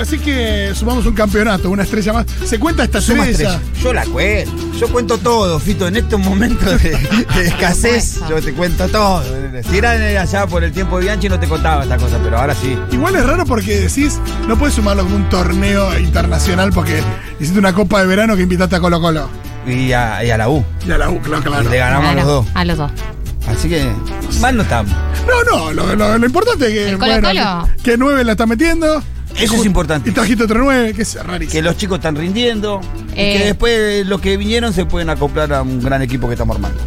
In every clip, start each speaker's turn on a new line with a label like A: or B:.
A: así que sumamos un campeonato, una estrella más. Se cuenta esta
B: Suma
A: estrella.
B: estrella. Yo la cuento. Yo cuento todo, Fito. En estos momentos de, de escasez, yo te cuento todo. Si era de allá por el tiempo de Bianchi, no te contaba esta cosa, pero ahora sí.
A: Igual es raro porque decís, no puedes sumarlo como un torneo internacional porque hiciste una copa de verano que invitaste a Colo Colo.
B: Y a, y a la U.
A: Y a la U, claro,
B: Y
A: claro.
B: le ganamos
C: Claro,
B: a los dos.
C: A los dos.
B: Así que mal no estamos.
A: No, no, lo, lo- lo importante es que.
C: ¿El Colo Colo?
A: que- Que 9 la está metiendo.
B: Eso es importante.
A: Y trajiste otro 9, que es
B: Que
A: rarísimo.
B: los chicos están rindiendo. Y
C: Eh.
B: que después los que vinieron se pueden acoplar a un gran equipo que estamos armando.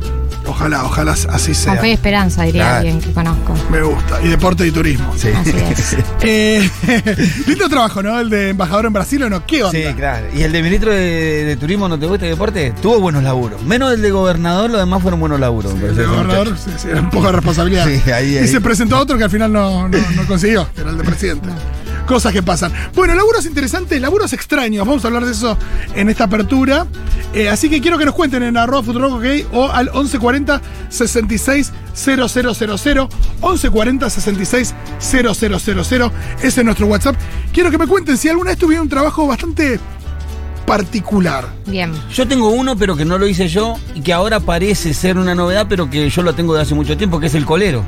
A: Ojalá, ojalá así
C: Con fe y
A: sea.
C: esperanza, diría
B: Claro.
C: alguien que conozco.
A: Me gusta. Y deporte y turismo.
B: Sí.
C: Así es.
A: Eh, lindo trabajo, ¿no? El de embajador en Brasil o no. ¿Qué onda?
B: Sí, claro. ¿Y el de ministro de, de Turismo no te gusta el deporte? Tuvo buenos laburos. Menos el de gobernador, los demás fueron buenos laburos. me
A: El
B: parece, ese
A: gobernador
B: muchacho.
A: sí, sí, era un poco de responsabilidad.
B: Sí, ahí,
A: Y
B: ahí.
A: se presentó otro que al final no, no- no consiguió, que era el de presidente. Cosas que pasan. Bueno, laburos interesantes, laburos extraños. Vamos a hablar de eso en esta apertura. Eh, así que quiero que nos cuenten en arroba futuro o al 1140 66 000 1140 66 000 Ese es nuestro WhatsApp. Quiero que me cuenten si alguna vez tuvieron un trabajo bastante particular.
C: Bien.
B: Yo tengo uno, pero que no lo hice yo y que ahora parece ser una novedad, pero que yo lo tengo de hace mucho tiempo, que es el colero.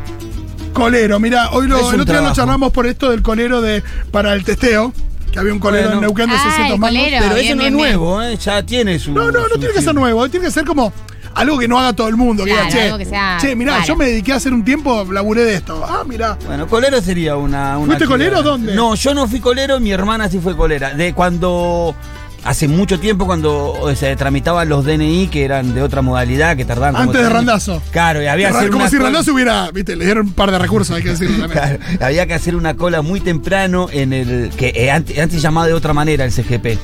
A: Colero, mira, hoy lo,
B: Es
A: el
B: un
A: otro día lo
B: trabajo.
A: charlamos por esto del colero de para el testeo, que había un colero
B: Bueno.
A: en Neuquén de
C: Ah,
A: 600
C: el
A: mangos.
C: colero.
B: Pero
C: bien,
B: ese no
C: bien,
B: es
C: bien.
B: nuevo, ¿eh? ya tiene su.
A: No, no, no
B: su-
A: tiene que ser nuevo, tiene que ser como algo que no haga todo el mundo.
C: Claro,
A: que diga,
C: algo
A: che,
C: que sea
A: che, mirá,
C: raro.
A: yo me dediqué a hacer un tiempo, laburé de esto. Ah, mirá.
B: Bueno, colero sería una. una
A: ¿Fuiste colero
B: actividad.
A: dónde?
B: No, yo no fui colero, mi hermana sí fue colera. De cuando. Hace mucho tiempo cuando se tramitaban los DNI que eran de otra modalidad, que tardaban como
A: Antes de
B: tres años.
A: Randazo.
B: Claro, y había que hacer
A: Como
B: una
A: si
B: cola-
A: Randazzo hubiera, viste, le dieron un par de recursos, hay que decirlo también.
B: Claro, había que hacer una cola muy temprano en el. que eh, antes, antes llamaba de otra manera el CGP.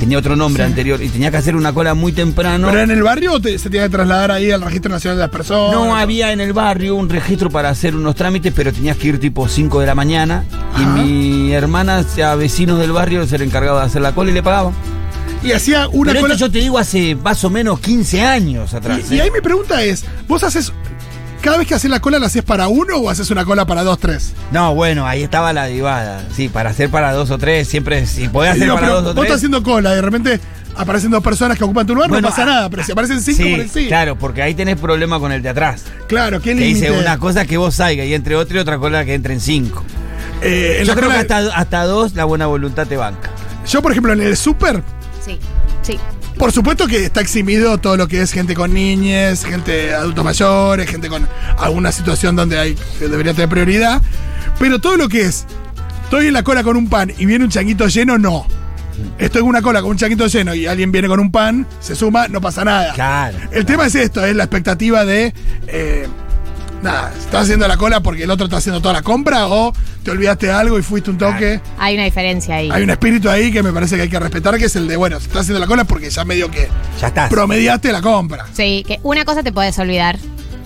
B: Tenía otro nombre anterior. Y tenía que hacer una cola muy temprano.
A: ¿Pero en el barrio o te- se tenía que trasladar ahí al Registro Nacional de las Personas?
B: No había en el barrio un registro para hacer unos trámites, pero tenías que ir tipo 5 de la mañana.
A: Ajá.
B: Y mi hermana, a vecinos del barrio, se le encargaba de hacer la cola y le pagaban.
A: Y hacía una
B: pero
A: cola.
B: esto yo te digo hace más o menos 15 años atrás.
A: Y, y
B: ¿eh?
A: ahí mi pregunta es, ¿vos haces, cada vez que haces la cola, la haces para uno o haces una cola para dos, tres?
B: No, bueno, ahí estaba la divada. Sí, para hacer para dos o tres, siempre. Si podés hacer
A: Digo,
B: para
A: pero
B: dos o
A: Vos
B: tres.
A: estás haciendo cola y de repente aparecen dos personas que ocupan tu lugar,
B: Bueno,
A: no pasa
B: ah,
A: nada, pero si aparecen cinco,
B: sí,
A: por sí.
B: Claro, porque ahí tenés problema con el de atrás.
A: Claro, qué
B: Que dice
A: límite.
B: una cosa que vos salga y entre otra y otra cola que entre en cinco.
A: Eh, en
B: Yo
A: la
B: creo que
A: cola-
B: hasta, hasta dos la buena voluntad te banca.
A: Yo, por ejemplo, en el súper,
C: Sí. Sí.
A: por supuesto que está eximido todo lo que es gente con niñez, gente adultos mayores, gente con alguna situación donde hay que debería tener prioridad, pero todo lo que es, estoy en la cola con un pan y viene un changuito lleno, no. Estoy en una cola con un changuito lleno y alguien viene con un pan, se suma, no pasa nada.
B: Claro.
A: El tema es esto, es la expectativa de. eh, nada, ¿estás haciendo la cola porque el otro está haciendo toda la compra o te olvidaste algo y fuiste un toque?
C: Hay una diferencia ahí.
A: Hay un espíritu ahí que me parece que hay que respetar, que es el de, bueno, si estás haciendo la cola porque ya medio que
B: Ya estás.
A: promediaste la compra.
C: Sí, que una cosa te puedes olvidar.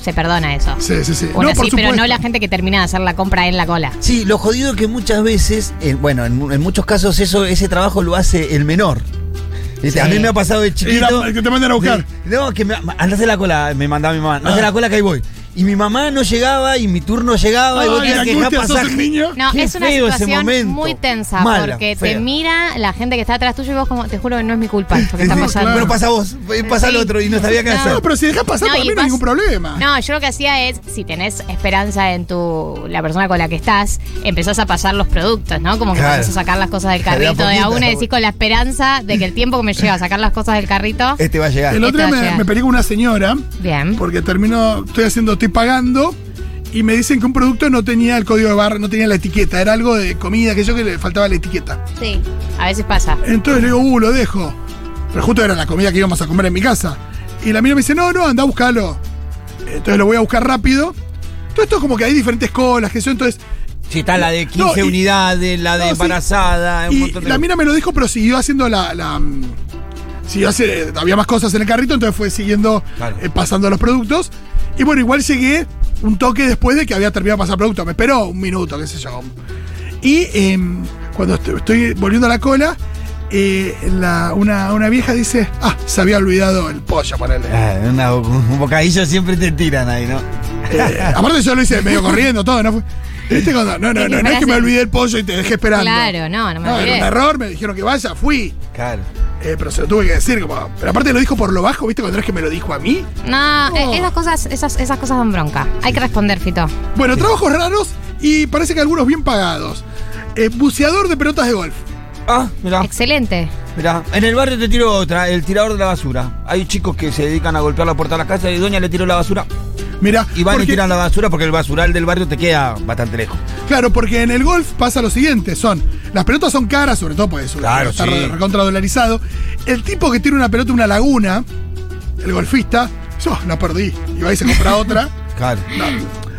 C: Se perdona eso.
A: Sí, sí, sí.
C: Una
A: No, por
C: sí, pero
A: supuesto.
C: no la gente que termina de hacer la compra en la cola.
B: Sí, lo jodido que muchas veces, eh, bueno, en, mu- en muchos casos eso, ese trabajo lo hace el menor. Dice,
C: Sí.
B: A mí me ha pasado de chiquito.
A: la- que te mandan a buscar.
B: Sí. No, que me, andase la cola, me mandaba mi mamá. Andase
A: Ah.
B: la cola que ahí voy. Y mi mamá no llegaba y mi turno llegaba y vos
A: Ay, Ah, la
B: tenías que dejar
A: angustia, sos
B: pasaje.
A: un niño.
C: No,
B: Qué
C: es una
B: feo ese
C: situación
B: momento.
C: muy tensa
B: Mala,
C: porque
B: fea.
C: te mira la gente que está atrás tuyo y vos como, te juro que no es mi culpa esto que
B: Sí,
C: está
B: sí,
C: pasando.
B: Bueno, pasa vos, eh, pasa el
C: Sí.
B: otro y no sabía qué
C: No.
B: hacer.
A: No, pero si dejas pasar,
C: No,
A: para
C: y
A: mí no
C: pas-
A: hay ningún problema.
C: No, yo lo que hacía es, si tenés esperanza en tu la persona con la que estás, empezás a pasar los productos, ¿no? Como que
B: Claro.
C: empezás a sacar las cosas del
B: De a
C: carrito de a
B: poquito.
C: una y decís con la esperanza de que el tiempo que me lleva a sacar las cosas del carrito.
A: Eh,
B: Este va a llegar.
A: El otro día
C: Esto
A: me,
C: llega.
A: me peleé con una señora
C: Bien.
A: porque termino, estoy haciendo, estoy pagando y me dicen que un producto no tenía el código de barra, no tenía la etiqueta, era algo de comida, que yo que le faltaba la etiqueta.
C: Sí. A veces pasa.
A: Entonces le digo, uh, lo dejo. Pero justo era la comida que íbamos a comer en mi casa. Y la mía me dice, no, no, anda a buscarlo. Entonces lo voy a buscar rápido. Todo esto es como que hay diferentes colas, que eso, entonces
B: Sí, está la de 15
A: No, y-
B: unidades, la de
A: No, sí.
B: embarazada, Ah, un
A: Y
B: montón de
A: la
B: cosas.
A: mina me lo dijo, pero siguió haciendo la. la, mm, siguió hace- había más cosas en el carrito, entonces fue siguiendo
B: Claro.
A: eh, pasando los productos. Y bueno, igual llegué un toque después de que había terminado de pasar producto. Me esperó un minuto, qué sé yo. Y em, cuando est- estoy volviendo a la cola, eh, la- una, una vieja dice, ah, se había olvidado el pollo, ponele.
B: Ah, una- un bocadillo siempre te tiran ahí, ¿no?
A: Eh, aparte yo lo hice medio corriendo, todo, ¿no? fue- ¿Viste cuando? No, no, no, no es que me olvidé el pollo y te dejé esperando.
C: Claro, no, no me
A: No, era un
C: olvidé.
A: error, me dijeron que vaya, fui.
B: Claro.
A: Eh, pero se lo tuve que decir, como. Pero aparte lo dijo por lo bajo, ¿viste? Cuando es que me lo dijo a mí.
C: No, eh, esas cosas, esas, esas cosas dan bronca. Hay que responder, Fito.
A: Bueno, trabajos raros y parece que algunos bien pagados. Eh, buceador de pelotas de golf.
B: Ah, mirá,
C: Excelente.
B: mirá. En el barrio te tiro otra, el tirador de la basura. Hay chicos que se dedican a golpear la puerta de la casa y doña le tiró la basura.
A: Mira,
B: Y van y tiran la basura porque el basural del barrio te queda bastante lejos.
A: Claro, porque en el golf pasa lo siguiente, son las pelotas son caras, sobre todo porque es un
B: Claro,
A: está
B: sí.
A: re- recontra dolarizado. El tipo que tira una pelota en una laguna, el golfista, yo la perdí y va y se compra otra.
B: Claro.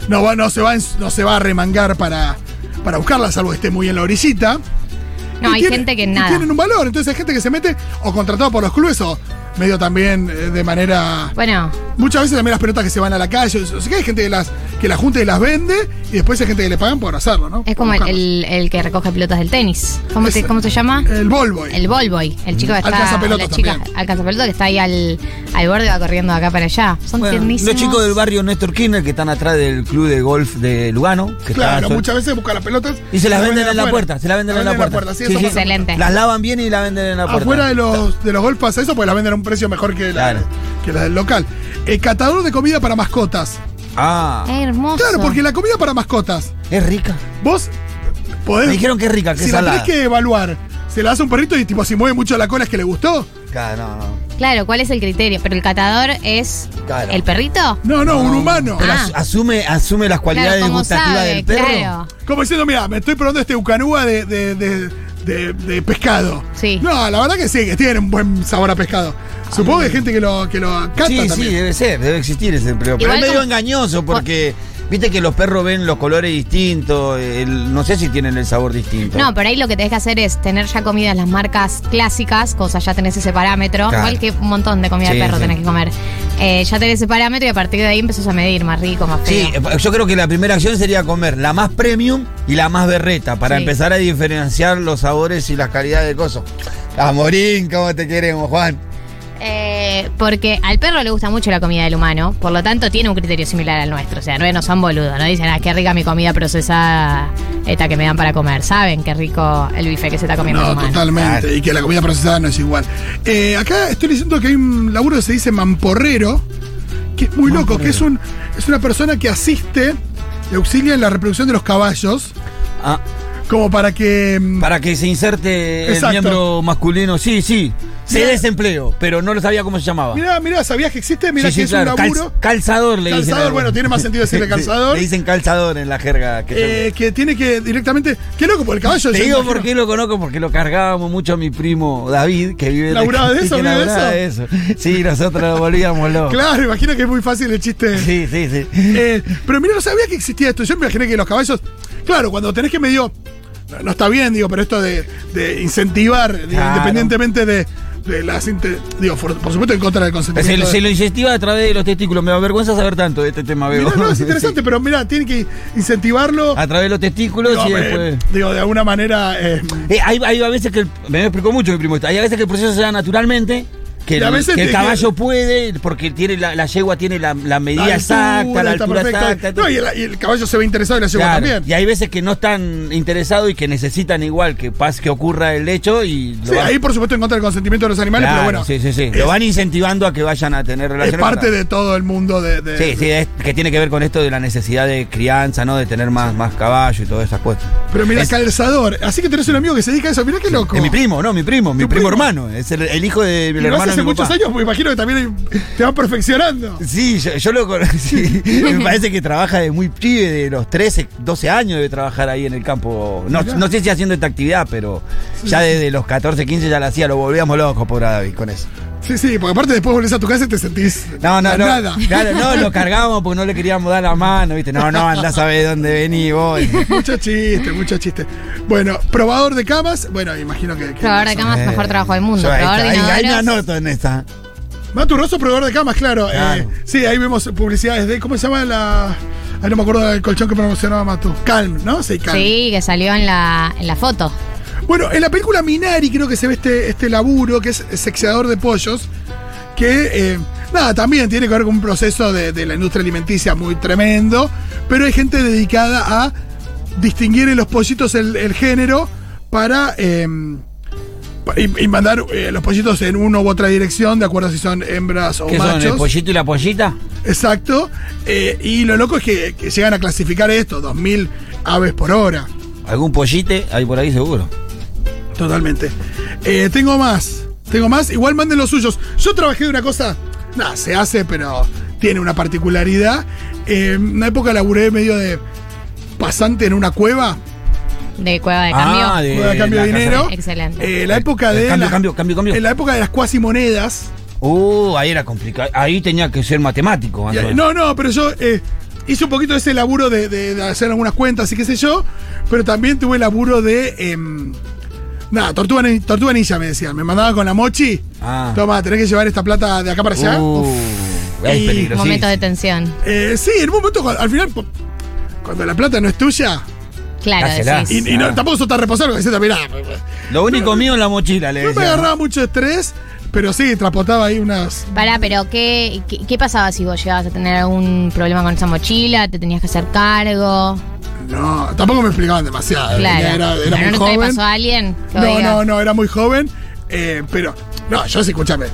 A: No va, no se va, en- no se va a remangar para para buscarla, salvo que esté muy en la orillita.
C: No,
A: Y
C: hay
A: tiene-
C: gente que
A: y
C: nada.
A: Tienen un valor, entonces hay gente que se mete o contratado por los clubes o medio también eh, de manera
C: Bueno,
A: Muchas veces también las pelotas que se van a la calle, o sea que hay gente que las, que las junta y las vende, y después hay gente que le pagan por hacerlo, ¿no?
C: es como el,
A: Buscarlas.
C: el- el que recoge pelotas del tenis. ¿Cómo, te,
A: Es-
C: ¿cómo se llama?
A: El Volvo.
C: Ah. El Ballboy, el chico que está.
A: Alcanzapelotas
C: la chica,
A: también.
C: alcanzapelotas que está ahí al, al borde y va corriendo de acá para allá. Son
B: Bueno,
C: tiernísimos.
B: los chicos del barrio Néstor Kirchner que están atrás del club de golf de Lugano. Que está
A: Claro,
B: sol-
A: muchas veces busca las pelotas.
B: Y se las
A: las
B: venden en la
A: afuera.
B: puerta, se las venden en la puerta.
A: sí, eso
B: Sí, sí.
A: pasa.
C: Excelente.
B: Las lavan bien y las venden en la puerta.
A: Afuera de los, de los golf pasa eso, porque las venden a un precio mejor que la,
B: Claro.
A: que la del local. El catador de comida para mascotas.
B: Ah,
C: Hermoso.
A: Claro, porque la comida para mascotas,
B: es rica.
A: vos podés...
B: Me dijeron que es rica, que
A: Eh, si
B: es
A: la tenés
B: salada.
A: que evaluar, se la das a un perrito y tipo, si mueve mucho la cola es que le gustó.
B: Claro, no, no.
C: Claro, ¿cuál es el criterio? Pero el catador es.
B: Claro.
C: ¿El perrito?
A: No, no, un humano.
B: Pero
C: Ah.
B: as- asume, asume las cualidades
C: Claro, como
B: gustativas
C: sabe,
B: del perro.
C: claro.
A: Como diciendo, mira, me estoy probando este ucanúa de, de- de- de- de pescado.
C: Sí.
A: No, la verdad que sí, que tiene un buen sabor a pescado. Supongo que hay gente que lo, que lo cata
B: Sí, sí,
A: también.
B: debe ser, debe existir ese empleo. Pero
C: Igual
B: es medio
C: como-
B: engañoso porque viste que los perros ven los colores distintos, el- no sé si tienen el sabor distinto.
C: No, por ahí lo que tenés que hacer es tener ya comidas las marcas clásicas, cosa ya tenés ese parámetro,
B: Claro.
C: igual que un montón de comida
B: Sí,
C: de perro
B: sí.
C: tenés que comer. Eh, ya tenés ese parámetro y a partir de ahí empezás a medir más rico, más feo.
B: Sí, eh, yo creo que la primera acción sería comer la más premium y la más berreta para
C: Sí.
B: empezar a diferenciar los sabores y las calidades de cosas. Amorín, ¿cómo te queremos, Juan?
C: Eh, porque al perro le gusta mucho la comida del humano, por lo tanto tiene un criterio similar al nuestro. O sea, no, no son boludos, no dicen, ah, qué rica mi comida procesada esta que me dan para comer. Saben qué rico el bife que se está comiendo
A: No,
C: el humano.
A: totalmente.
B: Claro.
A: Y que la comida procesada no es igual. Eh, acá estoy diciendo que hay un laburo que se dice mamporrero, que es muy loco, que es, un, es una persona que asiste y auxilia en la reproducción de los caballos,
B: Ah,
A: como para que. mm,
B: para que se inserte
A: Exacto.
B: el miembro masculino. Sí, sí. Sé
A: Mirá.
B: desempleo, pero no lo sabía cómo se llamaba.
A: Mirá, mirá, ¿sabías que existe? Mirá que
B: Sí, sí,
A: es
B: claro.
A: un
B: Cal-
A: laburo.
B: calzador le dicen.
A: Calzador,
B: ahora.
A: bueno, tiene más sentido decirle
B: Sí,
A: calzador.
B: le dicen calzador en la jerga. Que yo-
A: eh, que tiene que directamente. Qué loco, por el caballo.
B: Te
A: yo
B: digo
A: imagino-
B: por qué lo conozco, porque lo cargábamos mucho a mi primo David, que vive
A: ¿Laburaba de eso,
B: que
A: vive de
B: laburaba de eso. Sí, nosotros lo volvíamos locos.
A: Claro, imagino que es muy fácil el chiste.
B: Sí, sí, sí.
A: Eh, pero mira, no sabía que existía esto. Yo me imaginé que los caballos. Claro, cuando tenés que medio. No, no está bien, digo, pero esto de, de incentivar, digo,
B: Claro.
A: independientemente de, de las. inte- digo, por, por supuesto, en contra del
B: Pues se,
A: consentimiento.
B: lo- se lo incentiva a través de los testículos. Me avergüenza saber tanto de este tema, veo.
A: Mirá, no, es interesante, pero mira, tiene que incentivarlo.
B: A través de los testículos
A: No,
B: y
A: me-
B: después.
A: digo, de alguna manera. eh,
B: Eh, hay, hay a veces que. el- me explicó mucho mi primo esto. Hay a veces que el proceso se da naturalmente. Que
A: Y a
B: el,
A: veces
B: que el
A: te-
B: caballo puede, porque tiene la, la yegua tiene la, la medida
A: la
B: exacta, la
A: está
B: altura
A: perfecta.
B: exacta.
A: No, y el, y el caballo se ve interesado y la lleva
B: Claro,
A: también.
B: Y hay veces que no están interesados y que necesitan igual que pase que ocurra el hecho y lo
A: Sí,
B: van-
A: ahí por supuesto en contra del consentimiento de los animales,
B: Claro,
A: pero bueno,
B: sí, sí, sí.
A: es-
B: lo van incentivando a que vayan a tener
A: es
B: relaciones.
A: parte
B: con-
A: de todo el mundo de... de-
B: Sí, sí, es que tiene que ver con esto de la necesidad de crianza, ¿no? De tener más, más caballo y todas esas cosas.
A: Pero mira,
B: Es-
A: calzador, así que tenés un amigo que se dedica a eso, mira qué loco.
B: Es mi primo, no, mi primo, mi
A: ¿Tu
B: primo,
A: primo?
B: hermano. Es el, el hijo de
A: Y
B: mi
A: lo hace
B: hermano. de
A: hace
B: mi
A: muchos
B: papá.
A: años, me imagino que también te vas perfeccionando.
B: Sí, yo, yo lo conocí. Me parece que trabaja de muy pibe, de los 13, 12 años debe trabajar ahí en el campo. No,
A: Mirá.
B: no sé si haciendo esta actividad, pero ya desde los 14, 15 ya la hacía, lo volvíamos locos, pobre David, con eso.
A: Sí, sí, porque aparte después volvés a tu casa y te sentís...
B: No,
A: la
B: no, no.
A: Nada.
B: Claro, no, lo cargábamos porque no le queríamos dar la mano, ¿viste? No, no, andás a ver dónde venís vos.
A: Mucho chiste, mucho chiste. Bueno, probador de camas, bueno, imagino que... que
C: Probador de
A: eso.
C: camas,
B: Eh,
C: mejor trabajo del mundo.
B: Yo, ahí
C: Probador de
B: está, ahí- ahí me
C: inodoros.
B: anoto en esta.
A: Maturroso, probador de camas, claro. eh,
B: Claro.
A: sí, ahí vemos publicidades de... ¿Cómo se llama la...? Ahí no me acuerdo del colchón que promocionaba Matu. Calm, ¿no? Sí, Calm.
C: Sí, que salió en la, en la foto.
A: Bueno, en la película Minari creo que se ve este, este laburo, que es sexeador de pollos, que eh, nada, también tiene que ver con un proceso de, de la industria alimenticia muy tremendo, pero hay gente dedicada a distinguir en los pollitos el, el género para... eh, pa- y, y mandar eh, los pollitos en una u otra dirección, de acuerdo a si son hembras o
B: ¿Qué son? eh,
A: machos.
B: ¿El pollito y la pollita?
A: Exacto. eh, y lo loco es que, que llegan a clasificar esto, 2.000 aves por hora.
B: ¿Algún pollite? Hay por ahí seguro.
A: Totalmente. Eh, tengo más. Tengo más. Igual manden los suyos. Yo trabajé de una cosa. Nada, se hace, pero tiene una particularidad. Eh, en una época laburé medio de pasante en una cueva.
C: De cueva de cambio.
B: Ah, de-
A: cueva de cambio de
B: la casa.
A: dinero.
C: Excelente.
A: Eh, la época de.
B: Cambio,
A: la-
B: cambio, cambio, cambio.
A: En la época de las cuasimonedas.
B: Uh, ahí era complicado. Ahí tenía que ser matemático. más
A: Y
B: o
A: ahí-
B: menos.
A: No, no, pero yo eh, hice un poquito ese laburo de, de- de hacer algunas cuentas y qué sé yo, pero también tuve el laburo de. em, nada, tortuga, ni- tortuga ninja me decían. Me mandaban con la mochi.
B: Ah.
A: Toma, tenés que llevar esta plata de acá para allá.
B: Uh, es
A: Y-
B: peligrosísimo.
C: Momentos de tensión.
A: Eh, sí, en un momento, cuando- al final, po- cuando la plata no es tuya,
C: Claro,
B: Dásela.
C: decís.
A: y, y no-
B: Ah.
A: tampoco sos tan responsable, porque decís, mirá,
B: Lo único mío en la mochila, le
A: no me
B: decía.
A: agarraba mucho estrés, pero sí, trapotaba ahí unas.
C: Pará, pero ¿qué, qué, qué pasaba si vos llegabas a tener algún problema con esa mochila? ¿Te tenías que hacer cargo?
A: No, tampoco me explicaban demasiado.
C: Claro.
A: Era, era
C: Pero
A: muy
C: ¿No nunca
A: joven.
C: le pasó a alguien? que
A: No,
C: diga,
A: no, no, era muy joven. eh, pero, no, yo sí, escúchame.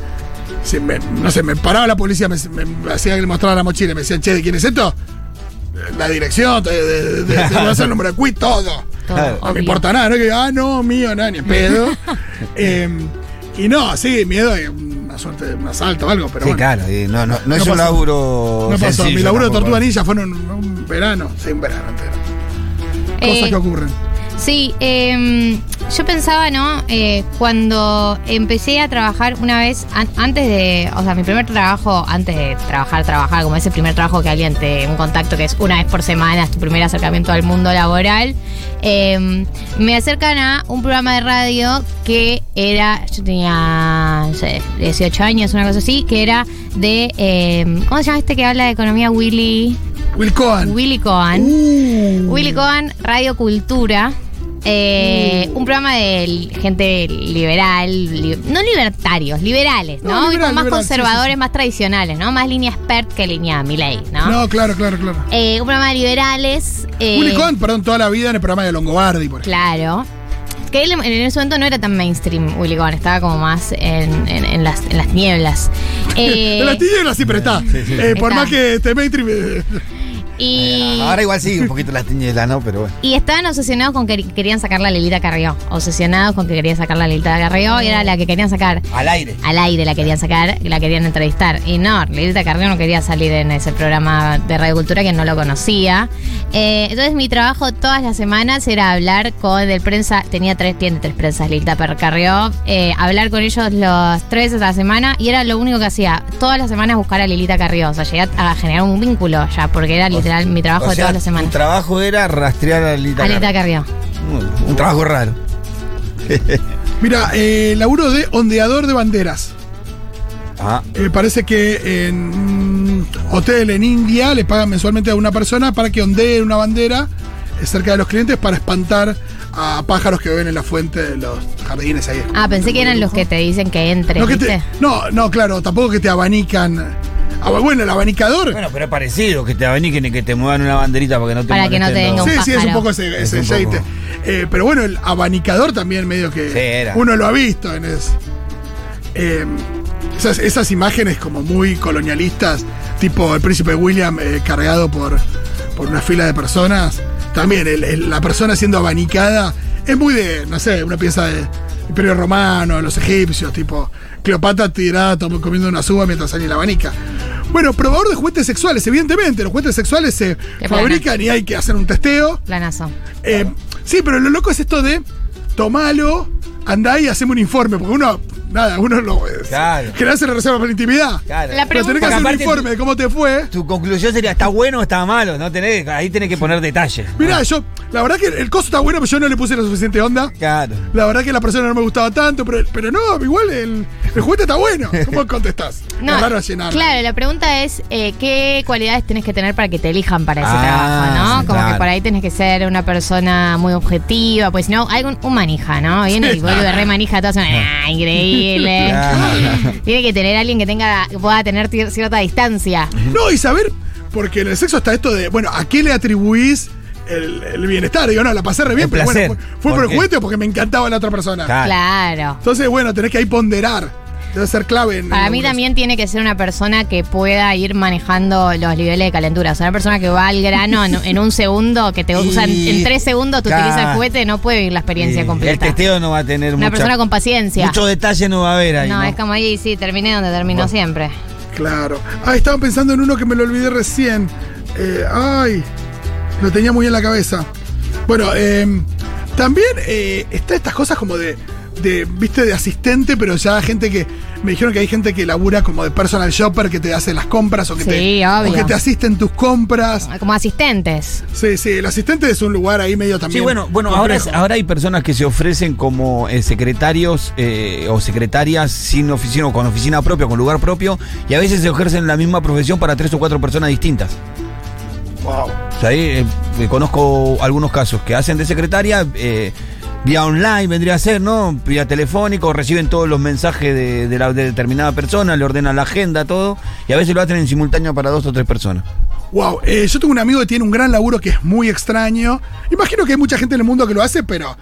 A: si me- no sé, me paraba la policía, me, me, hacía que le mostrara la mochila y me decían, che, ¿de quién es esto? Eh, La dirección, te, de, de, de- te voy a hacer el número de quit, todo.
C: todo,
B: Claro.
A: No
C: obvio.
A: me importa nada, ¿no? Que, ah, no, mío, nada, ni en pedo. Eh, y no, sí, miedo de una suerte de un asalto o algo, pero
B: Sí,
A: bueno.
B: claro, y no, no, no, es
A: No
B: un
A: pasó.
B: laburo.
A: No pasó,
B: sencillo
A: mi laburo de
B: tampoco.
A: tortuga ninja fue en un, un verano, sí, un verano entero. Cosas
C: Eh,
A: que ocurren.
C: Sí, eh, yo pensaba, ¿no? Eh, cuando empecé a trabajar una vez, an- antes de, o sea, mi primer trabajo, antes de trabajar, trabajar, como ese primer trabajo que alguien te, un contacto que es una vez por semana, es tu primer acercamiento al mundo laboral, eh, me acercan a un programa de radio que era, yo tenía, no sé, 18 años, una cosa así, que era de, eh, ¿cómo se llama este que habla de economía? Willy,
A: Will Cohen.
C: Willy Cohen.
A: Uh.
C: Willy Cohen, Radio Cultura. eh,
A: Mm.
C: Un programa de l- gente liberal, li- no libertarios, liberales,
A: No,
C: ¿no? Y
A: liberal,
C: más
A: liberal,
C: conservadores,
A: sí, sí, sí.
C: más tradicionales, ¿no? Más línea expert que línea Miley, ¿no?
A: No, claro, claro, claro.
C: Eh, un programa de liberales. eh,
A: Willy Cohen, perdón, toda la vida en el programa de Longobardi, por ejemplo.
C: Claro. Que él en ese momento no era tan mainstream, Willy Cohen, estaba como más en, en- en las, en las nieblas. Eh,
A: En las tinieblas siempre está. Eh, por
C: Está.
A: más que te mainstream. eh,
C: y,
B: Eh, Ahora igual sí, un poquito las tiñelas, ¿no? Pero bueno.
C: Y estaban obsesionados con que querían sacar la Lilita Carrió. Obsesionados con que querían sacar la Lilita Carrió y era la que querían sacar.
B: Al aire.
C: Al aire la querían sacar, la querían entrevistar. Y no, Lilita Carrió no quería salir en ese programa de Radio Cultura que no lo conocía. Eh, entonces mi trabajo todas las semanas era hablar con el prensa, tenía tres, tiene tres prensas Lilita per- Carrió, eh, hablar con ellos los tres veces a la semana y era lo único que hacía. Todas las semanas buscar a Lilita Carrió. O sea, llegué a a generar un vínculo ya, porque era literal mi trabajo
B: O
C: de
B: sea,
C: todas las
B: Tu
C: semanas.
B: trabajo era rastrear a Lita.
C: A Lilita
B: Carrió.
C: Carrió.
B: Mm, Un trabajo raro.
A: Mira, eh, laburo de ondeador de banderas.
B: Ah,
A: Eh, parece que en un hotel en India le pagan mensualmente a una persona para que ondee una bandera eh, cerca de los clientes para espantar a pájaros que ven en la fuente de los jardines ahí.
C: Ah, pensé que eran los que te dicen que entres,
A: no, que te-
C: ¿viste?
A: no, no, claro, tampoco que te abanican. Ah, bueno, el abanicador.
B: bueno, pero es parecido que te abaniquen y que te muevan una banderita para que no te
C: Para que no te
B: molesten
C: venga
B: los-
C: un-
A: Sí, sí, es un
C: pájaro.
A: poco ese,
B: Es
A: ese
B: un poco.
A: aceite. Eh, pero bueno, el abanicador también medio que
B: Sí, era.
A: uno lo ha visto en es- eh, esas, esas imágenes como muy colonialistas, tipo el príncipe William eh, cargado por, por una fila de personas. También el- el- la persona siendo abanicada es muy de, no sé, una pieza de Imperio Romano, los egipcios, tipo Cleopatra tirada tom- comiendo una suba mientras sale la abanica. Bueno, probador de juguetes sexuales, evidentemente, los juguetes sexuales se
C: Qué plana.
A: fabrican y hay que hacer un testeo.
C: Planazo.
A: Eh, sí, pero lo loco es esto de tomalo, andá y hacemos un informe, porque uno nada, uno lo. es-
B: Claro.
A: Que le hace la reserva para la intimidad.
B: Claro.
C: La
A: Pero tenés que
C: Porque
A: hacer un
B: aparte-
A: informe de cómo te fue.
B: Tu conclusión sería, ¿está bueno o está malo? No tenés, ahí tenés que poner detalles.
A: Mirá, yo, la verdad que el coso está bueno, pero yo no le puse la suficiente onda.
B: Claro.
A: La verdad que la persona no me gustaba tanto, pero, pero no, igual el, el juguete está bueno. ¿Cómo contestás?
C: No,
A: es raro llenar.
C: Claro, la pregunta es eh, qué cualidades tenés que tener para que te elijan para ese
B: Ah,
C: trabajo,
B: sí,
C: ¿no? Como
B: claro.
C: que por ahí tenés que ser una persona muy objetiva, pues si no, algún un manija, ¿no? Viene
A: Sí.
C: el boludo de re manija, todos son, ah, increíble.
B: Claro.
C: Tiene que tener alguien que tenga, que pueda tener cier- cierta distancia.
A: No, y saber, porque en el sexo está esto de, bueno, ¿a qué le atribuís el, el bienestar? Digo, no, la pasé re bien,
B: El
A: pero
B: placer.
A: bueno, fue, fue por
B: ¿Por
A: el
B: qué?
A: juguete o porque me encantaba la otra persona.
B: Claro.
C: Claro.
A: Entonces, bueno, tenés que ahí ponderar. Debe ser clave. En
C: Para
A: en
C: mí
A: lo que-
C: también tiene que ser una persona que pueda ir manejando los niveles de calentura. O sea, una persona que va al grano en, en un segundo, que te
B: Y-
C: usa en, en tres segundos, te utiliza el
B: Claro.
C: juguete, no puede vivir la experiencia
B: Sí, Eh, El
C: completa.
B: testeo no va a tener
C: Una
B: mucha-
C: persona con paciencia.
B: Mucho detalle no va a haber ahí.
C: no,
B: No,
C: es como ahí, sí, terminé donde terminó
B: Bueno.
C: siempre.
A: Claro. Ah, estaba pensando en uno que me lo olvidé recién. Eh, ay, lo tenía muy en la cabeza. Bueno, eh, también eh, está estas cosas como de, de, viste, de asistente, pero ya gente que, me dijeron que hay gente que labura como de personal shopper, que te hace las compras o que,
C: Sí,
A: te, o
C: obvio.
A: que te asiste en tus compras.
C: Como asistentes.
A: Sí, sí, el asistente es un lugar ahí medio también.
B: Sí, bueno, bueno ahora, es-
A: complejo.
B: ahora hay personas que se ofrecen como eh, secretarios eh, o secretarias sin oficina o con oficina propia, con lugar propio, y a veces se ejercen la misma profesión para tres o cuatro personas distintas.
A: Wow.
B: O sea, ahí, eh, eh, conozco algunos casos que hacen de secretaria eh, vía online, vendría a ser, ¿no? Vía telefónico, reciben todos los mensajes de, de la, de determinada persona, le ordenan la agenda, todo, y a veces lo hacen en simultáneo para dos o tres personas.
A: Wow, eh, yo tengo un amigo que tiene un gran laburo que es muy extraño. Imagino que hay mucha gente en el mundo que lo hace, pero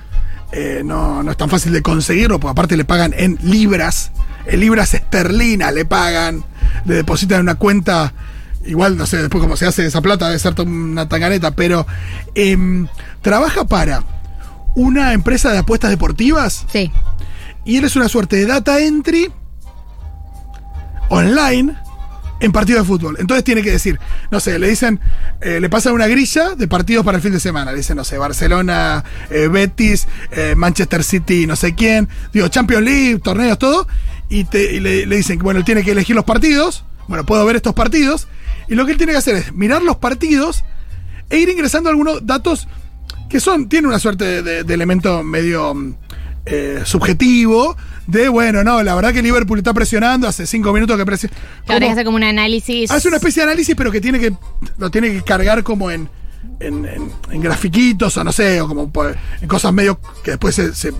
A: eh, no, no es tan fácil de conseguirlo, porque aparte le pagan en libras, en libras esterlinas le pagan, le depositan en una cuenta, igual no sé después cómo se hace esa plata, debe ser to- una tanganeta, pero em, trabaja para una empresa de apuestas deportivas
C: Sí.
A: y él es una suerte de data entry online en partido de fútbol. Entonces tiene que decir, no sé, le dicen, eh, le pasan una grilla de partidos para el fin de semana. Le dicen, no sé, Barcelona, eh, Betis, eh, Manchester City, no sé quién, digo, Champions League, torneos, todo. Y, te- y le, le dicen, bueno, él tiene que elegir los partidos. Bueno, puedo ver estos partidos. Y lo que él tiene que hacer es mirar los partidos e ir ingresando algunos datos que son, tiene una suerte de, de- de elemento medio mm, eh, subjetivo, de bueno, no, la verdad que Liverpool está presionando hace cinco minutos que presiona.
C: Habría que hacer como un análisis.
A: Hace Ah, una especie de análisis, pero que tiene que. lo tiene que cargar como en. en, en- en grafiquitos, o no sé, o como por- en cosas medio que después se. se-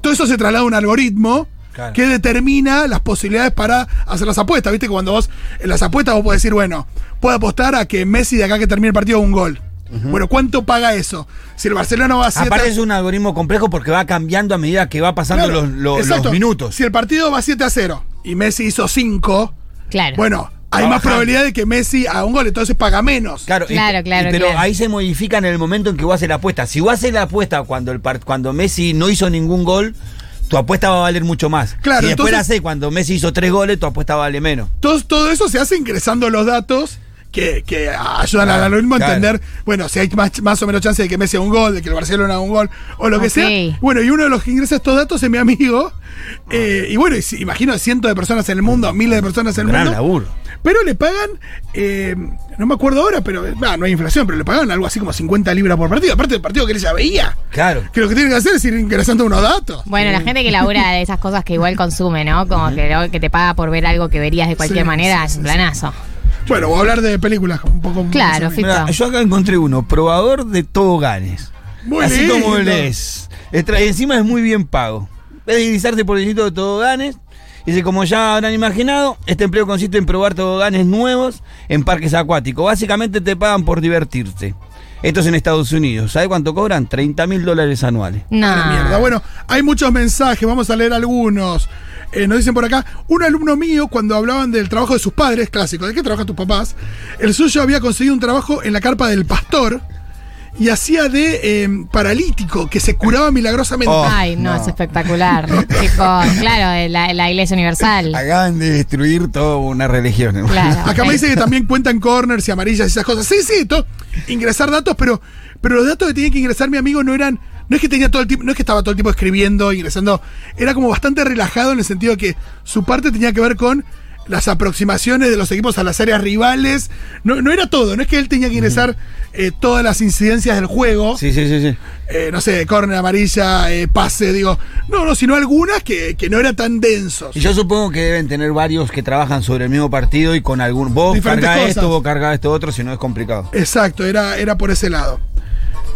A: todo eso se traslada a un algoritmo
B: Claro.
A: que determina las posibilidades para hacer las apuestas. Viste que cuando vos. En las apuestas vos podés decir, bueno, puedo apostar a que Messi de acá que termine el partido un gol. Bueno, ¿cuánto paga eso? Si el Barcelona va a siete-
B: Aparte es un algoritmo complejo porque va cambiando a medida que va pasando
A: Claro,
B: los, los- los
A: exacto.
B: minutos.
A: Si el partido va 7 a 0 y Messi hizo 5,
C: Claro.
A: bueno, hay
B: Va
A: más
B: bajando.
A: probabilidad de que Messi haga un gol, entonces paga menos.
B: Claro, y-
C: Claro,
B: y-
C: claro,
B: pero
C: claro.
B: ahí se modifica en el momento en que vos haces la apuesta. Si vos haces la apuesta cuando el par- cuando Messi no hizo ningún gol, tu apuesta va a valer mucho más.
A: Claro,
B: si después
A: entonces-
B: la haces cuando Messi hizo tres goles, tu apuesta vale menos.
A: Todo, todo eso se hace ingresando los datos que, que ayudan al algoritmo a
B: Claro.
A: entender, bueno, si hay más, más o menos chance de que Messi haga un gol, de que el Barcelona haga un gol, o lo que
C: Ok.
A: sea. Bueno, y uno de los que ingresa estos datos es mi amigo. eh, y bueno, y si- imagino cientos de personas en el mundo, miles de personas en el
B: Gran
A: mundo.
B: laburo.
A: Pero le pagan, eh, no me acuerdo ahora, pero eh, bah, no hay inflación, pero le pagaron algo así como 50 libras por partido. Aparte del partido que él ya veía.
B: Claro.
A: Que lo que tienen que hacer es ir ingresando unos datos.
C: Bueno, la gente que labura de esas cosas que igual consume, ¿no? Como que, lo- que te paga por ver algo que verías de cualquier
A: Sí,
C: manera,
A: sí,
C: es un
A: sí,
C: planazo.
A: Bueno, voy a hablar de películas un poco.
C: Claro,
A: más o menos.
B: Mirá,
C: Fito.
B: yo acá encontré uno, probador de toboganes.
A: Muy
B: Así
A: lindo.
B: como lees. Estra- Encima es muy bien pago. Es deslizarse por el distrito de toboganes. Dice, como ya habrán imaginado, este empleo consiste en probar toboganes nuevos en parques acuáticos. Básicamente te pagan por divertirte. Esto es en Estados Unidos. ¿Sabe cuánto cobran? 30 mil dólares anuales.
C: No.
A: Ah, mierda. Bueno, hay muchos mensajes, vamos a leer algunos. Eh, nos dicen por acá, un alumno mío cuando hablaban del trabajo de sus padres, clásico, ¿de qué trabajan tus papás? El suyo había conseguido un trabajo en la carpa del pastor y hacía de eh, paralítico, que se curaba milagrosamente.
B: Oh.
C: Ay, no,
B: No.
C: es espectacular. Tipo, claro, de la, la Iglesia Universal.
B: Acaban de destruir toda una religión. ¿eh? hermano.
C: Claro.
A: Acá me dice que también cuentan corners y amarillas y esas cosas. Sí, sí, to- ingresar datos, pero, pero los datos que tenía que ingresar mi amigo no eran no es que tenía todo el tiempo, no es que estaba todo el tiempo escribiendo, ingresando, era como bastante relajado en el sentido de que su parte tenía que ver con las aproximaciones de los equipos a las áreas rivales, no, no era todo, no es que él tenía que ingresar eh, todas las incidencias del juego,
B: Sí, sí, sí, sí.
A: eh, no sé, córner amarilla, eh, pase, digo, no, no, sino algunas que, que no eran tan densos.
B: Y yo supongo que deben tener varios que trabajan sobre el mismo partido y con algún. Vos
A: Diferentes
B: cargá
A: cosas.
B: esto, vos cargá esto otro, si no es complicado.
A: Exacto, era, era por ese lado.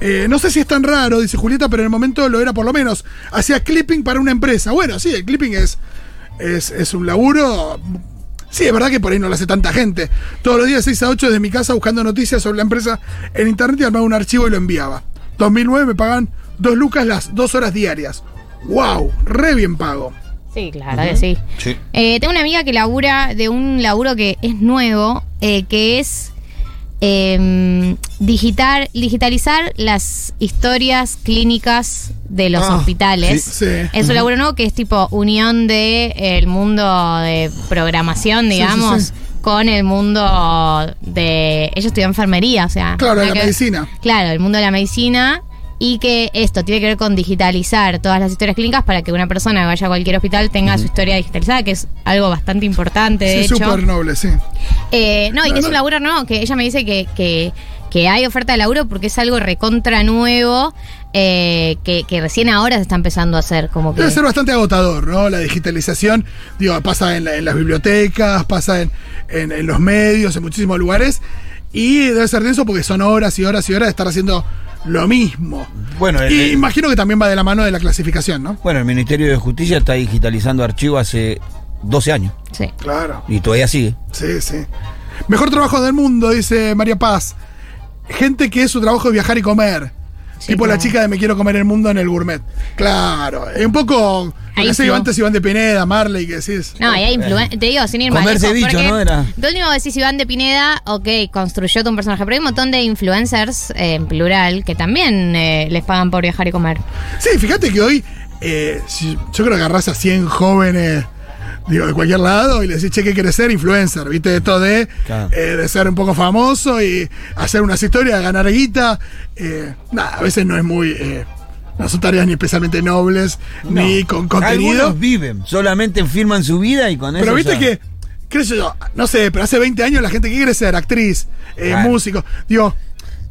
A: Eh, no sé si es tan raro, dice Julieta, pero en el momento lo era por lo menos. Hacía clipping para una empresa. Bueno, sí, el clipping es, es, es un laburo. Sí, es verdad que por ahí no lo hace tanta gente. Todos los días 6 a 8 desde mi casa buscando noticias sobre la empresa en internet y armaba un archivo y lo enviaba. 2009 me pagan dos lucas las dos horas diarias. ¡Wow! Re bien pago.
C: Sí, claro que sí.
B: Sí.
C: Eh, tengo una amiga que labura de un laburo que es nuevo, eh, que es eh, digitar, digitalizar las historias clínicas de los
B: Ah,
C: hospitales.
A: sí, sí.
C: Es un laburo nuevo que es tipo unión del el mundo de programación,
A: sí,
C: digamos.
A: sí.
C: Con el mundo de. Ella estudió enfermería, o sea.
A: Claro,
C: nada
A: la
C: que ver.
A: medicina.
C: Claro, el mundo de la medicina y que esto tiene que ver con digitalizar todas las historias clínicas para que una persona que vaya a cualquier hospital tenga su historia digitalizada, que es algo bastante importante, de
A: Sí,
C: hecho.
A: súper noble, sí.
C: Eh, no, y
A: No,
C: que es
A: no.
C: un laburo nuevo, que ella me dice que, que, que hay oferta de laburo porque es algo recontra nuevo eh, que, que recién ahora se está empezando a hacer. Como que,
A: Debe ser bastante agotador, ¿no? La digitalización, digo, pasa en, la- en las bibliotecas, pasa en, en- en los medios, en muchísimos lugares. Y debe ser denso porque son horas y horas y horas de estar haciendo lo mismo.
B: Bueno, el-
A: y
B: el-
A: imagino que también va de la mano de la clasificación, ¿no?
B: Bueno, el Ministerio de Justicia está digitalizando archivos hace 12 años
C: sí.
A: Claro.
B: y todavía sigue.
A: Sí, sí. Mejor trabajo del mundo, dice María Paz. Gente que su trabajo es viajar y comer.
C: Sí,
A: tipo la
C: claro.
A: chica de Me Quiero Comer el Mundo en el Gourmet. Claro. Es un poco. lo que
C: Ahí
A: hace
C: sí.
A: Iván Tess, Iván de Pineda, Marley, que decís.
C: No, y hay influen- Te digo, sin ir más
B: Comerse
C: lejos,
B: bicho,
C: porque
B: ¿no? Era.
C: De último decís Iván de Pineda, ok, construyó todo un personaje, pero hay un montón de influencers eh, en plural que también eh, les pagan por viajar y comer.
A: Sí, fíjate que hoy, eh, si- yo creo que agarrás a 100 jóvenes, digo, de cualquier lado, y le decís, che, ¿qué querés ser? Influencer, ¿viste? Esto de,
B: Claro.
A: eh, de ser un poco famoso y hacer unas historias, ganar guita. Eh, nada, a veces no es muy... eh, no son tareas ni especialmente nobles, ni con contenido.
B: Algunos viven, solamente firman su vida y con eso.
A: Pero viste
B: ya-
A: que, qué sé yo, no sé, pero hace 20 años la gente que quiere ser actriz, eh,
B: Claro.
A: músico, digo,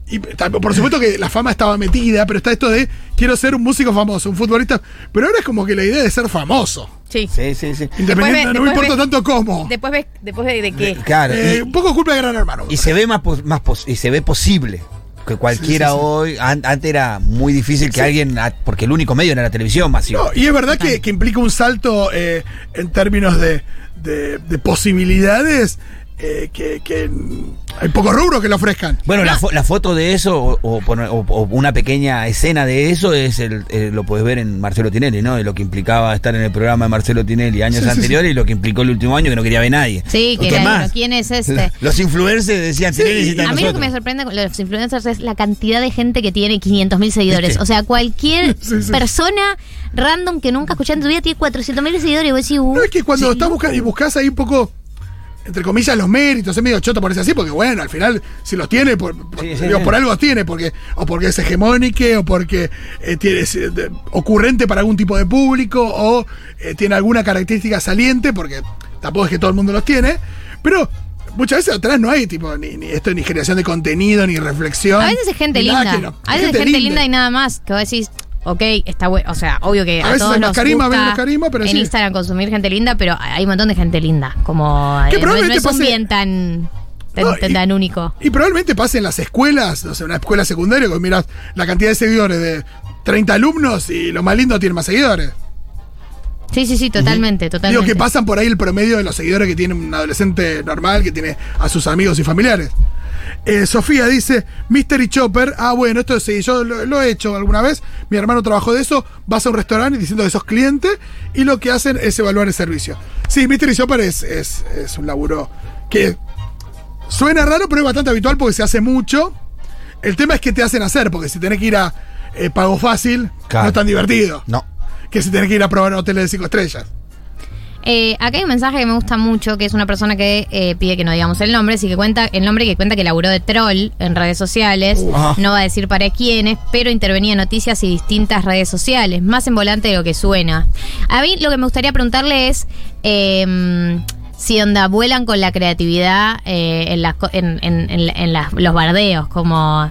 A: y ta- por supuesto que la fama estaba metida, pero está esto de quiero ser un músico famoso, un futbolista, pero ahora es como que la idea de ser famoso,
D: Sí.
B: Sí, sí, sí.
A: independiente,
D: ve-
A: no me
D: después
A: importa
D: ve-
A: tanto cómo.
D: Después, ves- después de, de qué.
B: Claro.
A: Eh,
B: y-
A: un poco culpa de Gran Hermano.
B: y se ve más, pos- más pos- y se ve posible que cualquiera
A: Sí, sí, sí.
B: hoy an- antes era muy difícil que alguien a- porque el único medio era la televisión masiva
A: No, y es verdad que, que implica un salto eh, en términos de, de- de posibilidades eh, que, que hay pocos rubros que lo ofrezcan.
B: bueno la, fo- la foto de eso o, o pon- o- o una pequeña escena de eso es el, eh, lo puedes ver en Marcelo Tinelli no de lo que implicaba estar en el programa de Marcelo Tinelli años
A: Sí, sí,
B: anteriores y lo que implicó el último año que no quería ver nadie
C: Sí,
B: ¿Y
C: que
B: qué
C: era,
B: más?
C: bueno, ¿quién es este?
B: los influencers decían Tinelli necesita
C: A mí lo
B: nosotros".
C: que me sorprende con los influencers es la cantidad de gente que tiene 500 mil seguidores.
B: ¿Viste?
C: O sea, cualquier
A: Sí, sí.
C: persona random que nunca escuché en tu vida tiene 400 mil seguidores. Y vos decís, uh,
A: No, es que cuando estás buscando y buscas ahí un poco, entre comillas, los méritos, es medio choto ponerse así, porque bueno, al final, si los tiene, por, por-
B: Sí, sí,
A: digo,
B: sí.
A: por algo los tiene, porque, o porque es hegemónique, o porque eh, tiene, es, eh, de- ocurrente para algún tipo de público, o eh, tiene alguna característica saliente, porque tampoco es que todo el mundo los tiene, pero. Muchas veces atrás no hay tipo ni, ni esto ni generación de contenido ni reflexión.
C: A veces es gente
A: ni nada
C: linda.
A: que no.
C: A veces es gente, linda y nada más. Que vos decís, ok, está bueno. O sea, obvio que
A: A
C: a,
A: veces
C: todos
A: hay más
C: nos
A: carisma,
C: gusta
A: menos carisma, pero
C: en
A: sí.
C: Instagram consumir gente linda, pero hay un montón de gente linda. Como
A: Que
C: eh, no, es- no
A: probablemente
C: es un
A: pase-
C: bien tan, tan,
A: No,
C: tan-
A: y-
C: tan único.
A: Y probablemente pase en las escuelas, o sea, una escuela secundaria, que miras la cantidad de seguidores de 30 alumnos y lo más lindo tiene más seguidores.
C: Sí, sí, sí, totalmente, totalmente.
A: Digo que pasan por ahí el promedio de los seguidores que tiene un adolescente normal, que tiene a sus amigos y familiares. Eh, Sofía dice, Mystery Chopper, ah bueno, esto sí, yo lo, lo he hecho alguna vez, mi hermano trabajó de eso, vas a un restaurante diciendo que sos cliente y lo que hacen es evaluar el servicio. Sí, Mystery Chopper es, es, es un laburo que suena raro, pero es bastante habitual porque se hace mucho. El tema es que te hacen hacer, porque si tenés que ir a eh, Pago Fácil,
B: Claro.
A: no es tan divertido
B: no
A: que si tenés que ir a probar hoteles de cinco estrellas.
C: Eh, acá hay un mensaje que me gusta mucho, que es una persona que eh, pide que no digamos el nombre, sí que cuenta el nombre que cuenta que laburó de troll en redes sociales,
B: Uf.
C: no va a decir para quiénes, pero intervenía en noticias y distintas redes sociales, más en volante de lo que suena. A mí lo que me gustaría preguntarle es eh, si onda vuelan con la creatividad eh, en, las, co- en, en- en la- en las- los bardeos, como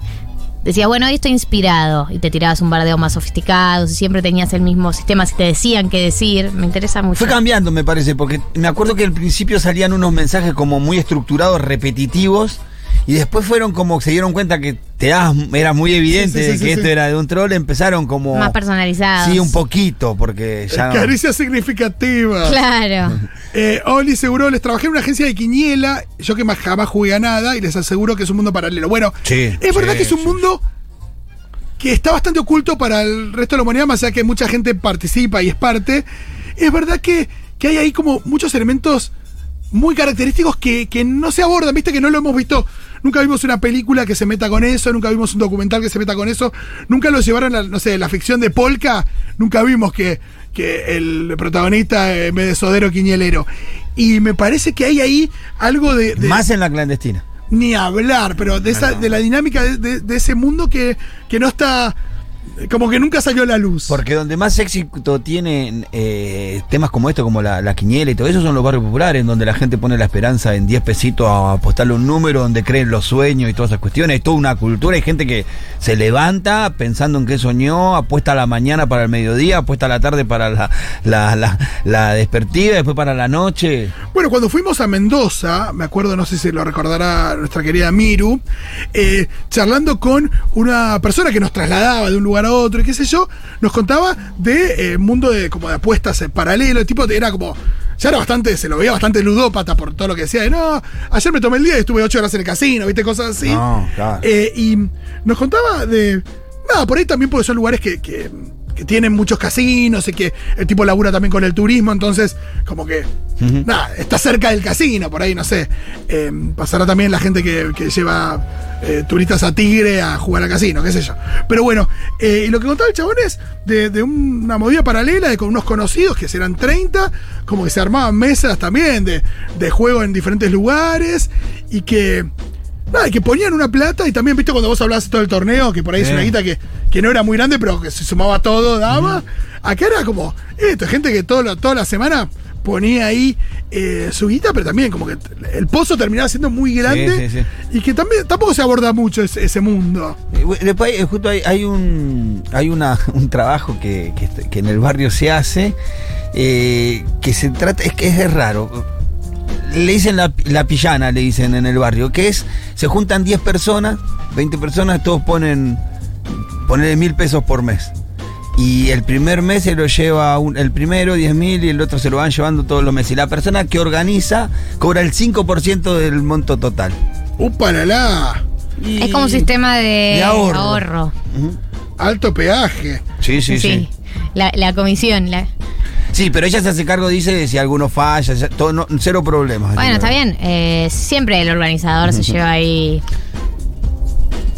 C: Decías, bueno, hoy estoy inspirado. Y te tirabas un bardeo más sofisticado. Si siempre tenías el mismo sistema, si te decían qué decir. Me interesa mucho.
B: Fue cambiando, me parece, porque me acuerdo que al principio salían unos mensajes como muy estructurados, repetitivos, y después fueron como que se dieron cuenta que te das- era muy evidente
A: Sí, sí, sí,
B: que
A: sí,
B: esto
A: sí.
B: era de un troll, empezaron como...
C: Más personalizados.
B: Sí, un poquito, porque ya... no-
A: Caricias significativas.
C: Claro.
A: Eh, Oli seguro, les trabajé en una agencia de Quiñela, yo que más jamás jugué a nada y les aseguro que es un mundo paralelo. Bueno,
B: Sí,
A: es verdad
B: sí,
A: que es un
B: sí,
A: mundo que está bastante oculto para el resto de la humanidad, más allá que mucha gente participa y es parte. Es verdad que, que hay ahí como muchos elementos muy característicos que, que no se abordan, viste que no lo hemos visto. Nunca vimos una película que se meta con eso, nunca vimos un documental que se meta con eso, nunca lo llevaron a, no sé, la ficción de Polka, nunca vimos que, que el protagonista eh, en vez de Sodero Quiñelero. Y me parece que hay ahí algo de, de-
B: Más en la clandestina.
A: ni hablar, pero de, esa, de la dinámica de, de- de ese mundo que, que no está, como que nunca salió a la luz.
B: Porque donde más éxito tienen eh, temas como esto, como la, la quiniela y todo eso, son los barrios populares, donde la gente pone la esperanza en 10 pesitos a apostarle un número, donde creen los sueños y todas esas cuestiones. Hay toda una cultura, hay gente que se levanta pensando en qué soñó, apuesta a la mañana para el mediodía, apuesta a la tarde para la, la, la, la despertiva, después para la noche.
A: Bueno, cuando fuimos a Mendoza, me acuerdo, no sé si lo recordará nuestra querida Miru, eh, charlando con una persona que nos trasladaba de un lugar a otro y qué sé yo, nos contaba de eh, mundo de como de apuestas en paralelo, el tipo era como. Ya era bastante, se lo veía bastante ludópata por todo lo que decía de no, ayer me tomé el día y estuve ocho horas en el casino, viste, cosas así.
B: No, claro.
A: Eh, y nos contaba de. Nada, por ahí también porque son lugares que, que- que tienen muchos casinos y que el tipo labura también con el turismo, entonces, como que.
B: Ujú.
A: Nada, está cerca del casino, por ahí, no sé. Eh, pasará también la gente que, que lleva eh, turistas a Tigre a jugar al casino, qué sé yo. Pero bueno, eh, y lo que contaba el chabón es de, de un- una movida paralela de con unos conocidos que serán 30, como que se armaban mesas también de, de juego en diferentes lugares y que. Nada, y que ponían una plata y también, viste, cuando vos hablabas todo el torneo, que por ahí es
B: Sí.
A: una guita que, que no era muy grande, pero que se sumaba todo, daba. Acá era como, esto, gente que todo, lo- toda la semana ponía ahí eh, su guita, pero también como que t- el pozo terminaba siendo muy grande
B: sí, sí.
A: y que también tampoco se aborda mucho ese, ese mundo.
B: Eh, bueno, Después hay- justo hay, hay un hay una, un trabajo que, que est- que en el barrio se hace eh, que se trata es que es raro. Le dicen la, la pillana, le dicen en el barrio, que es se juntan 10 personas, 20 personas, todos ponen ponerle mil pesos por mes. Y el primer mes se lo lleva un- el primero 10 mil y el otro se lo van llevando todos los meses. Y la persona que organiza cobra el 5% del monto total.
A: Upanalá,
B: Y-
C: Es como un sistema de,
B: de ahorro.
C: ahorro.
B: Ujú.
A: alto peaje.
B: Sí, sí, sí.
C: La, la comisión. la-
B: Sí, pero ella se hace cargo, dice, de si alguno falla, ya- todo, no- cero problemas.
C: Bueno, está bien. eh, siempre el organizador se lleva ahí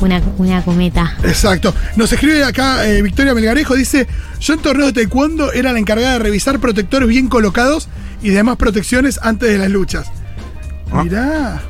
C: una, una cometa.
A: Exacto. Nos escribe acá eh, Victoria Melgarejo, dice, yo en torneos de taekwondo era la encargada de revisar protectores bien colocados y demás protecciones antes de las luchas.
B: Ah.
A: Mirá.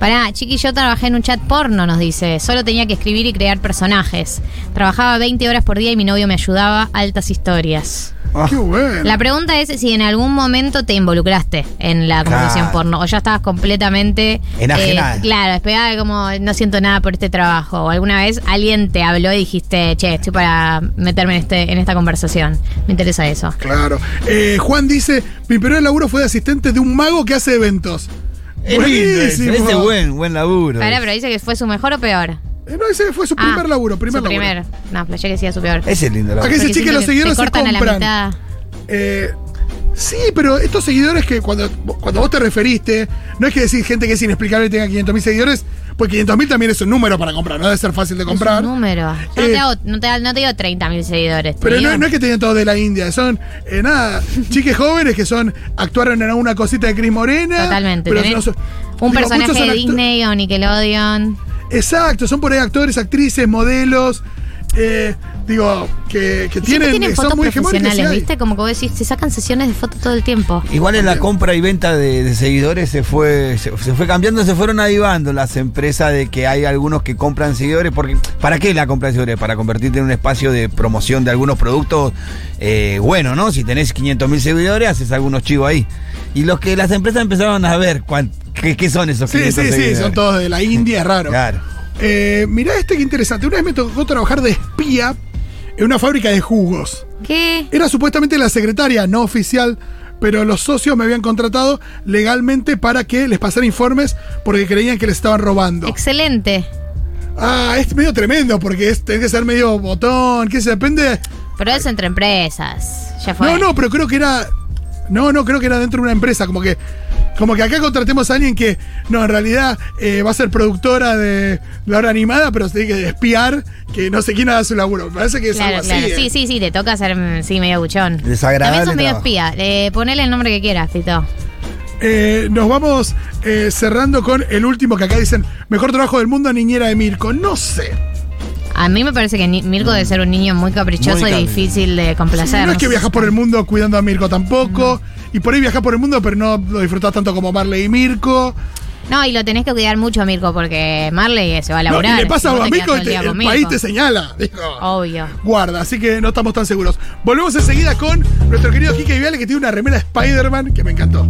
C: Pará, chiqui, yo trabajé en un chat porno, nos dice. Solo tenía que escribir y crear personajes. Trabajaba 20 horas por día y mi novio me ayudaba. Altas historias.
B: Ah.
A: Qué bueno.
C: La pregunta es si en algún momento te involucraste en la conversación
B: Claro.
C: porno o ya estabas completamente eh,
B: Enajenada.
C: claro, despegada de como no siento nada por este trabajo. O alguna vez alguien te habló y dijiste, che, estoy para meterme en, este, en esta conversación. Me interesa eso.
A: Claro. Eh, Juan dice, mi primer laburo fue de asistente de un mago que hace eventos.
B: Buenísimo. Ese buen, buen laburo.
C: Pará, pero dice que fue su mejor o peor.
A: Eh, no, ese fue su
C: Ah,
A: primer laburo, primer
C: su
A: laburo.
C: primer. No, flashé que sí era su peor.
B: Ese es lindo
A: Acá
B: laburo.
A: dice,
C: Porque
A: "Che, que
C: siento
A: los seguidores
C: te
A: se
C: cortan
A: compran".
C: A la mitad.
A: Eh, sí, pero estos seguidores que cuando, cuando vos te referiste, no es que decir gente que es inexplicable y tenga 500.000 seguidores, pues 500.000 también es un número para comprar, no debe ser fácil de comprar.
C: Es un número. Yo no,
A: Eh,
C: te hago- no, te, no te digo 30 mil seguidores. te
A: Pero
C: digo-
A: no, no es que tenían todos de la India, son, eh, nada, chiques jóvenes que son, actuaron en alguna cosita de Cris Morena.
C: Totalmente.
A: pero
C: tenés
A: no son-
C: un
A: digo,
C: personaje
A: muchos son
C: de
A: actu-
C: Disney o Nickelodeon.
A: Exacto, son por ahí actores, actrices, modelos. eh, digo, que, que
C: Siempre
A: tienen,
C: tienen
A: que
C: fotos
A: son muy hegemónicas. y
C: profesionales,
A: hay.
C: ¿viste? Como que vos decís, se sacan sesiones de fotos todo el tiempo.
B: Igual en la compra y venta de, de seguidores se fue, se, se fue cambiando, se fueron avivando las empresas de que hay algunos que compran seguidores, porque ¿para qué la compra de seguidores? Para convertirte en un espacio de promoción de algunos productos eh, bueno, ¿no? Si tenés 500 mil seguidores, haces algunos chivos ahí. Y los que las empresas empezaron a ver cuán- qué, qué son esos
A: Sí,
B: 500
A: sí, sí,
B: seguidores.
A: son todos de la India, es raro.
B: Claro.
A: Eh, mirá este que interesante. Una vez me tocó trabajar de espía en una fábrica de jugos.
C: ¿Qué?
A: Era supuestamente la secretaria, no oficial, pero los socios me habían contratado legalmente para que les pasara informes porque creían que les estaban robando.
C: Excelente.
A: Ah, es medio tremendo porque es, tenés que ser medio botón, que se depende.
C: Pero eso entre empresas. Ya fue.
A: No, no, pero creo que era. No, no, creo que era dentro de una empresa. Como que. Como que acá contratemos a alguien que. No, en realidad eh, va a ser productora de la hora animada, pero se tiene que espiar que no sé quién haga su laburo. Me parece que es
C: Claro,
A: algo
C: claro.
A: así. eh.
C: Sí, sí, sí, te toca ser mm, sí, medio buchón.
B: Desagradable
C: También sos medio
B: trabajo.
C: espía. Eh, ponele el nombre que quieras, Tito.
A: Eh, nos vamos eh, cerrando con el último que acá dicen: Mejor trabajo del mundo, niñera de Mirko. No sé.
C: A mí me parece que Ni- Mirko debe ser un niño muy caprichoso
B: Muy
C: y
B: caprichoso.
C: difícil de complacer.
A: Mm. No es que viajas por el mundo cuidando a Mirko tampoco. Y por ahí viajas por el mundo, pero no lo disfrutás tanto como Marley y Mirko.
C: No, y lo tenés que cuidar mucho a Mirko porque Marley se va a
A: No,
C: laburar.
A: y le pasa
C: si vos
A: a
C: te
A: Mirko
C: quedás todo
A: y
C: el
A: te-
C: día
A: el
C: con Mirko.
A: país te señala. Digo.
C: Obvio.
A: guarda, así que no estamos tan seguros. Volvemos enseguida con nuestro querido Quique Viale que tiene una remera Spider-Man que me encantó.